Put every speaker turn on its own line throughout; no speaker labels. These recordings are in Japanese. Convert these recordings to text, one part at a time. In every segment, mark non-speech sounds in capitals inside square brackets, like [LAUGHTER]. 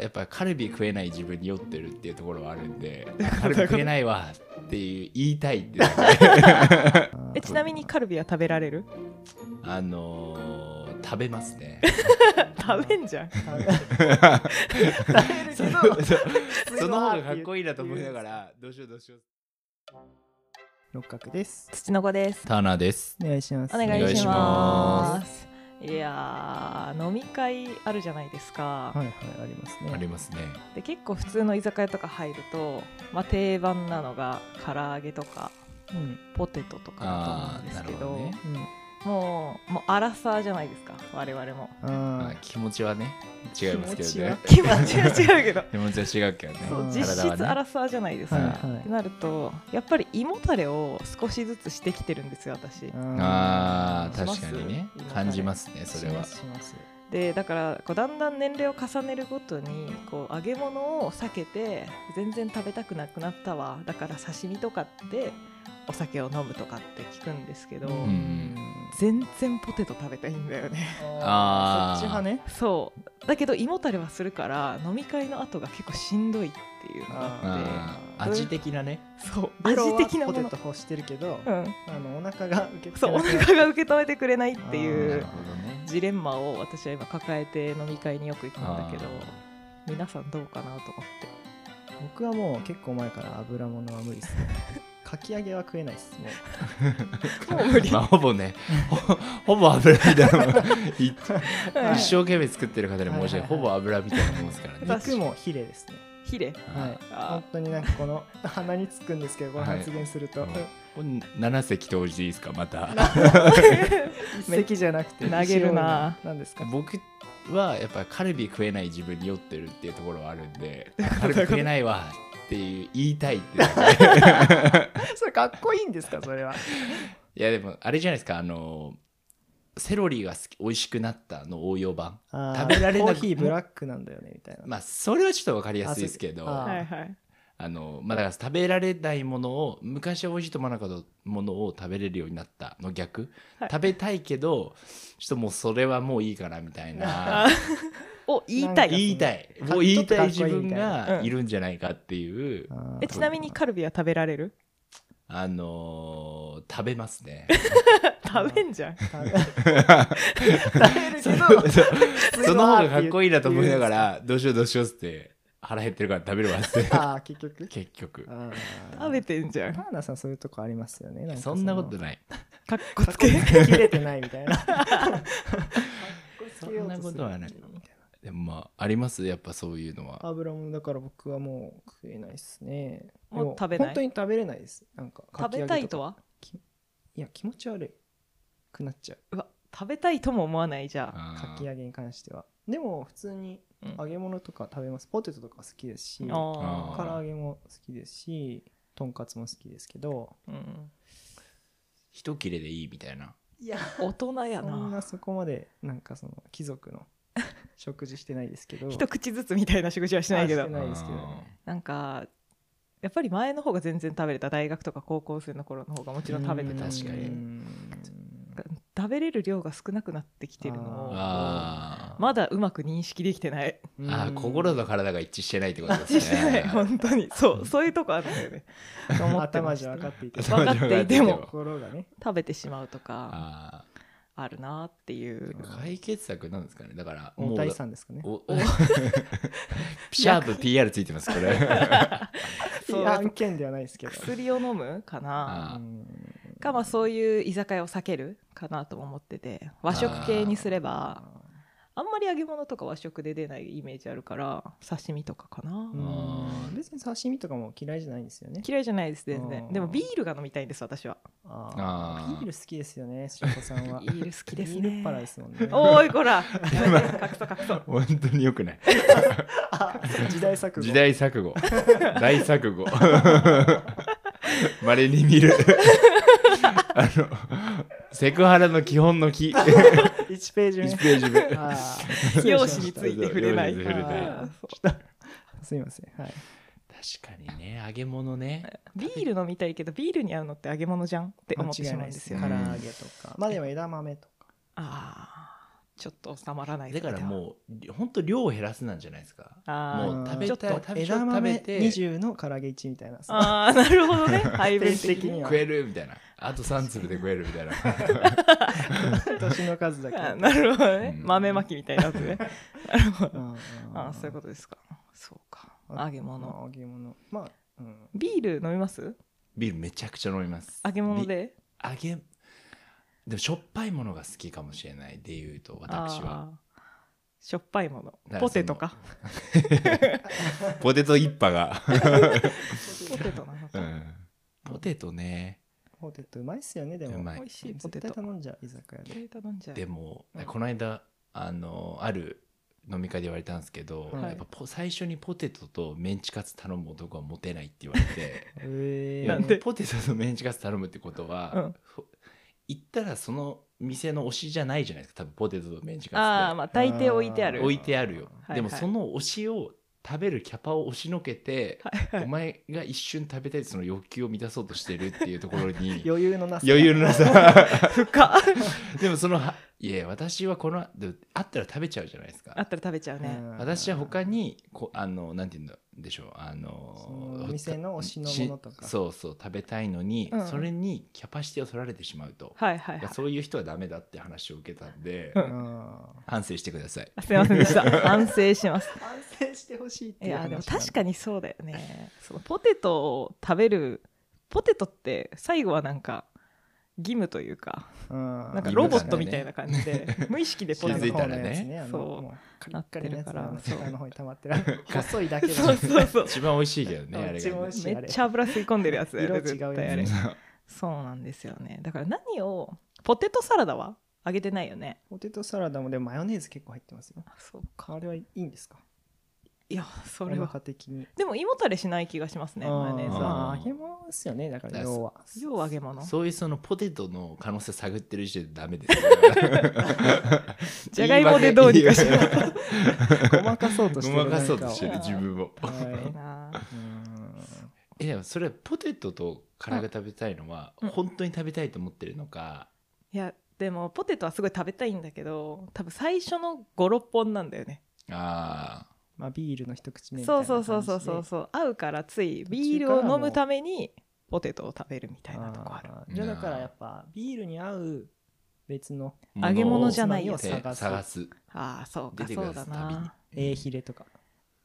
やっぱカルビ食えない自分に酔ってるっていうところはあるんで
[LAUGHS]
カルビ食えないわっていう言いたいってだけ
えちなみにカルビは食べられる
あのー食べますね
食べん [LAUGHS] じゃん食べ
[LAUGHS]
るけど
その方がかっこいいなと思いながらどうしようどうしよう
六角です。
土の子です
ターナーです
お願いします。
お願いし
お願
ま
いします
いやー飲み会あるじゃないですか、
はいはいありますね。
ありますね
で結構普通の居酒屋とか入ると、まあ、定番なのが唐揚げとか
うん
ポテトとかだと思う
あ
ん
あ
で
な
す
る
け
ほ
ど
どね
うん。
もうもうアラサーじゃないですか我々も [LAUGHS]
あ
まあ気持ちはね違いますけどね
気持ちが違うけど
気持ちは違うけどね
そう
うん
実
体は
質
ね
アラサーじゃないですか、
はいはい
ってなるとやっぱり胃もたれを少しずつしてきてるんですよ私
ー
あー
しま
確
す
かにね
今から
感じますねそれは
しますします
でだからこうだんだん年齢を重ねるごとにこう揚げ物を避けて全然食べたくなくなったわだから刺身とかってお酒を飲むとかって聞くんですけど、
ん
全然ポテト食べたいんだよね [LAUGHS]
あー
そっち派ね。
そうだけど胃もたれはするから飲み会の後が結構しんどいっていうのがあ
あー味的なね
ってそう
ベロ
味
は
的なも
ポ
の
テト欲してるけど、
うん、
あのお腹が受け
そうお
なくなる
腹が受け止めてくれないって
ないるほ
う
どね
ジレンマを私は今抱えて飲み会によく行くんだけど皆さんどうかなと思って
僕はもう結構前から油物は無理っす
[LAUGHS]
ね。かき揚げは食えないっすね。
もう無理
[LAUGHS] まあ、ほぼねほほぼ油みたい
[LAUGHS]
なもんい
はい
[LAUGHS]
一生懸命作ってる方に申し
は
訳
いはいはい
ほぼ油みたいなもんですからね。
肉もヒレですね。
ヒレ
はい。
あ
本当になんかこの鼻につくんですけど、この発言すると、
はいこれ七席投じていいですかまた。
一席じゃなくて
投げるな。
何ですか。
僕はやっぱカルビ食えない自分に酔ってるっていうところはあるん
[LAUGHS]
でカルビ食えないわっていう言いたいってだけ
[LAUGHS] それかっこいいんですかそれは。
いやでもあれじゃないですかあのセロリが好き美味しくなったの応用版
食
食べられなく
コーヒーブラックなんだよねみたいな。
まあそれはちょっと分かりやすいですけど
あ
あ
そう
はいはい
のまあだから食べられないものを昔は美味しいと思わなかったものを食べれるようになったの逆、
はい
食べたいけどちょっともうそれはもういいかなみたいな
あを言いた
なんか
い
言いたいもう言いたい自分が
うん
いるんじゃないかっていう、
あー
えちなみにカルビは食べられる
あのー食べますね
食べんじゃん
食べ
食べるけ
[LAUGHS]
ど
その方がかっこいいなと思いながらどうしようどうしようっつって腹減ってるから食べるわっ
[LAUGHS]
つって
ああ結局
結局
あー
食べてんじゃん
パーナさんそういうとこありますよねなんか
そんなことない
かっ
そ
こ
のかっ
つ
こ
け
つけ切れてないみたいな
そんなことはないでもまあありますやっぱそういうのは
油もだから僕はもう食えないですね
もう
で
食べない
本当に食べれないですなんかか
食
き揚
べ
げ
たいとはい
や気持ち悪いくなっちゃう
うわ食べたいとも思わないじゃん
あー
かき揚げに関してはでも普通に
うん
揚げ物とか食べますポテトとか好きですし唐
あ
あ
揚げも好きですしとんかつも好きですけど
ーうん
一切れでいいみたいない
や
大人や
そん
な
なそこまでなんかその貴族
[LAUGHS]
の食事してないですけど
一口ずつみたいな食事はしないけ
あ
ど
してないですけどね
なんかやっぱり前の方が全然食べれた大学とか高校生の頃の方がもちろん食べてたし
確かに
うん
食べれる量が少なくなってきてるのを
あー
まだうまく認識できてない
あー心と体が一致してないってことですね
知してない [LAUGHS] 本当にそうそういうとこあるんだよねと思ってま
頭
し
じゃ
た
分かっていて
頭じゃ
分かっていて
分か
も
っ
心がね
食べてしまうとか
あ
あるなっていう
ー解決策なんですかねだからも
大
う
谷さんですか [LAUGHS] ね
おシャープ PR ついてます
[LAUGHS]
これ
そう
案件ではないですけど
薬を飲むかな
あ
うん
かまあそういう居酒屋を避けるかなとも思ってて和食系にすればあんまり揚げ物とか和食で出ないイメージあるから刺身とかかな
うん別に刺身とかも嫌いじゃないんですよね
嫌いじゃないです全然
うん
でもビールが飲みたいんです私は
あー
あー
ビール好きですよねしょこさん
[LAUGHS]
は
ビール好きですね
ビールっ腹ですもんね
[LAUGHS] おーいこら隠そう隠そう
本当によくない
あ [LAUGHS] 時代錯誤
時代錯
[LAUGHS]
誤大錯誤稀に
[LAUGHS]
見るあのセクハラの基本の
[LAUGHS]
木
1ページ目
1ページ目
あ
容姿について触れない
そうそう容姿に触れない
あーそう
ーすいませんはい
確かにね揚げ物ね
ビール飲みたいけどビールに合うのって揚げ物じゃんって思ってしまうんですよ
間違い
ね
ないです唐揚げとかまあでも枝豆とか
あちょっと収まらない
だからもう本当量を減らすなんじゃないですか
あ
もう
ー
食べ
ちょった
い
と
食べ
枝
食
豆
べて
20の唐揚げ1みたいな
ーあーなるほどね配分
定期
的
的に
に
は
食えるみたいなあと3粒で食えるみ
[LAUGHS]
たいな
年の数だけ
あーなるほどね、
うん
豆まきみたいなやつねなるほど
うん
あーそういうことですかそうか揚げ物
あ揚げ物まあ、
[LAUGHS]
うん、
ビール飲みます
ビールめちゃくちゃ飲みます
揚げ物で
揚げでもしょっぱいものが好きかもしれないでいうと私は
あーしょっぱいもの
から
ポテトか
ポテト一派が、
ポテトなのか、 [LAUGHS]
うんポテトね
ポテトうまいっすよねでも
うまい
美味しいポテ
絶対
ト
頼んじゃう居酒屋で
絶対頼んじゃう
でも、
うん
この間あのある飲み会で言われたんですけど、
はい
やっぱポ最初にポテトとメンチカツ頼む男はモテないって言われて
え
い
ー、
や
なんで
ポテトとメンチカツ頼むってことは、
うん
ほ行ったらその店の推しじゃないじゃないですか多分ポテトとメンチカツって
ああまあ大抵置いてある
置いてあるよ、
はい
でもその推しを食べるキャパを押しのけて、
はいはい
お前が一瞬食べたいその欲求を満たそうとしてるっていうところに
[LAUGHS]
余裕のなさ
余裕のな
[LAUGHS]
さ
深っ
でもそのはいや私はこのであったら食べちゃうじゃないです
あ
か
ったら食べちゃうね、
私は他
に
にこあのなんて言うんでしょうあ
そ
の
のお店の推しのものとか
しそうそう食べたいのに、
うん
それにキャパシティを取られてしまうと、
はいはいはい
そういう人はダメだって話を受けたんで、
うん
反省してください
あすいませんでした反省します
反省してほしいって
い
いう話
やでも確
に
かにそうだよね [LAUGHS] そのポテトを食べるポテトって最後はなんか義務というか
な
なんかロボットみたいな感じで、 [LAUGHS] 無意識でポ
気
テ
づい
ト
たらね
そう
うカリッカリのやつ
な
が
ってるから
下の方に溜まってる細いだけだ
そうそう [LAUGHS] そう
一番美味しいけどね
うん
あれ
一
が
番美
ね
味しい
めっちゃ油吸い込んでるやつだよね
色違うやつ
絶対あれそうなんですよねだから何をポテトサラダは揚げてないよね
ポテトサラダもでもマヨネーズ結構入ってますよ
そう
あれはいいんですか
いやそれ
お
は
腹的に
でも胃もたれしない気がしますねマヨネーズは
まあ揚げ物ですよねだから要は
要は揚げ物
そういうそのポテトの可能性探ってる時点でダメですよ
じゃがいもでどうにかしよう
言い訳
ごまかそうとして
ご
る
まかそうとして
な
る
んかを
自分も
なんかを
[LAUGHS]
はい
なあ
うん
えでもそれはポテトと唐揚げ食べたいのは
うん
本当に食べたいと思ってるのか、
いやでもポテトはすごい食べたいんだけど多分最初の56本なんだよね
あ
まあビールの一口目みたい
そう
な
そ
感
う
じで
そうそうそうそう合うからつい
途中からもう
ビールを飲むためにポテトを食べるみたいなとこある
あーじゃあだからやっぱビールに合う別の
あ
揚げ物じゃないよ
を探す探す
ああそうか
出て
そ
く
う
ださ
だ
い旅に
な
えーヒレとか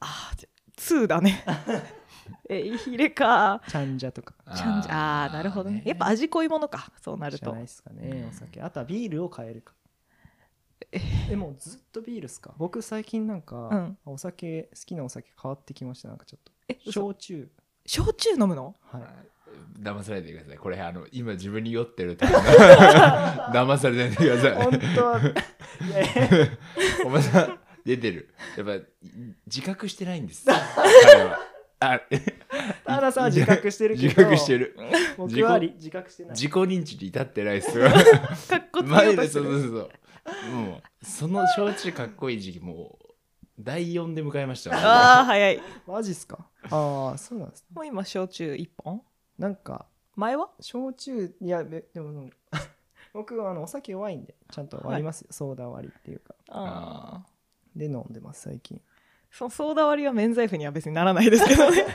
ああじゃ2だね [LAUGHS] えいひれか
ちゃんじゃとか
ちゃんじゃああーなるほどねやっぱ味濃いものかそうなる
じゃ
と
ないですかね
うん
お酒あとはビールを変えるか
え
えもうずっとビールっすか僕最近なんか、
うん
お酒好きなお酒変わってきましたなんかちょっ
え
と
嘘
焼酎
焼酎飲むの
はい
騙されてくださいこれあの今自分に酔って
[LAUGHS]
る騙されないでください
[LAUGHS] 本当はいやいや
[LAUGHS] おばさん、出てる。やっぱ、い自覚してないん
[LAUGHS]
です。彼は。あ、
田原さんは自覚してるけど
自覚してる。
僕はり自覚してない
自己認知に至ってないですよ。
かっこつけよ
前
うと
で、
し
そ
て
うそう
る
そう。もう、その焼酎かっこいい時期、もう、第4で迎えましたわ。
ああ早い
マジっすかああそうなんですね
もう今焼酎1本
なんか
前は
焼酎いやべでも [LAUGHS] うん僕はあのお酒弱いんでちゃんと割りますよ、ソーダ割りっていうか
ああ
あ
で飲んでます最近
そのソーダ割りは免罪符には別にならないですけどね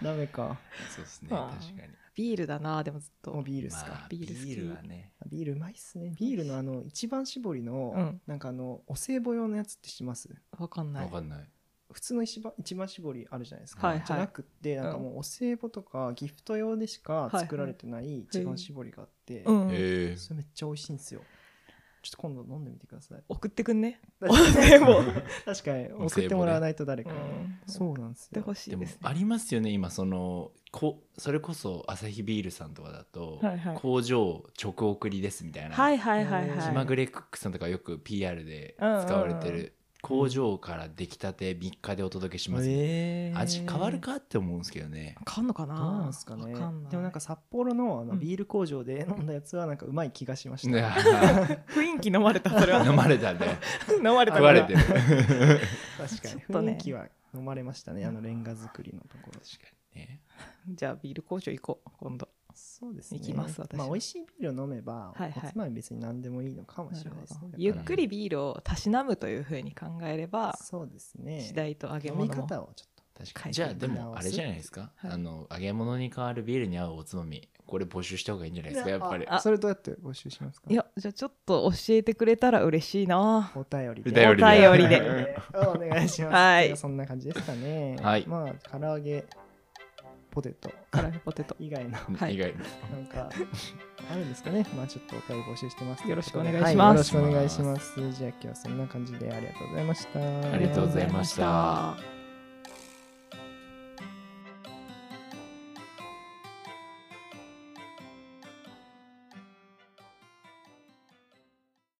ダメか
ーそうですね、
あー
確かに。
ビールだなでもずっ
もう
と
ビールっすか、
まあ、
ビ
ビ
ール好き
ールはね。
ビールうまいっすねビールのあの一番搾りの、
うん
なんかあのお歳暮用のやつってします
わかんな
わ
い
かんない。
普通の一番一番搾りあるじゃないですか、
はいはい
じゃなくってなんかもうお歳暮とかギフト用でしか作られてない一番搾りがあって、
うん、
へえ。
それめっちゃ美味しいんですよちょっと今度飲んでみてくだ
[LAUGHS]
さい
送ってくんね
[LAUGHS] 確
でも
かに送ってもらわないと誰かに、
うん
そうなんです
で
よ
ほし
で
い
も
です、ね
ありますよね、今、その、こそれこそ、アサヒビールさんとかだと
はいはい、
工場直送りですみたいな。
はいはいはい
うん
島
は
グレクックさんとかよく PR で使われて
うんうんう
る工場から出来たて3日でお届けします、
えー
味変わるかって思うんですけどね
い。かんのかな。
どうなんですかね
わんない
でもなんか札幌のあ
う
の
ん
ビール工場で飲んだやつはなんかうまい気がしました、
雰囲気飲まれたそ
[LAUGHS]
れ [LAUGHS] は
飲まれたね
飲まれた
食われ
[LAUGHS]
てる確か
確か
ちょ
に
っとね
雰囲気は飲まれましたねあのレンガ作りのところ
にね
じゃあビール工場行こう今度
そうですね
いきます私は
まあ美味しいビールを飲めば、
はいはい
おつまみ別に何でもいいのかも
な
し
る
れないで
ほど
すねだから
ゆっくりビールをたしなむというふうに考えれば
そうですね
次第と揚げ
飲み
物も
方をちょっと
確
書
か
いて
にじゃあ
み
で
直
も
す
あれじゃないですか、
はい
あの揚げ物に代わるビールに合うおつまみこれ募集した方がいいんじゃないですかやっぱり
あ
それどうやって募集しますか
いやじゃあちょっと教えてくれたら嬉しいな
お便り
[LAUGHS] お便り
で
で
お便りで
[LAUGHS]
[LAUGHS] お願いします
はい
そんな感じですかね
はい
まあ唐揚げポテト
カラフポテト
以外の
[LAUGHS] はい
意外に
なんかあるんですかねまあちょっとお便り募集してます
よろしくお願い
は
します
よろしくお願いしますじゃあ今日はそんな感じでありがとうございました
ありがとうございました
ありがとうございました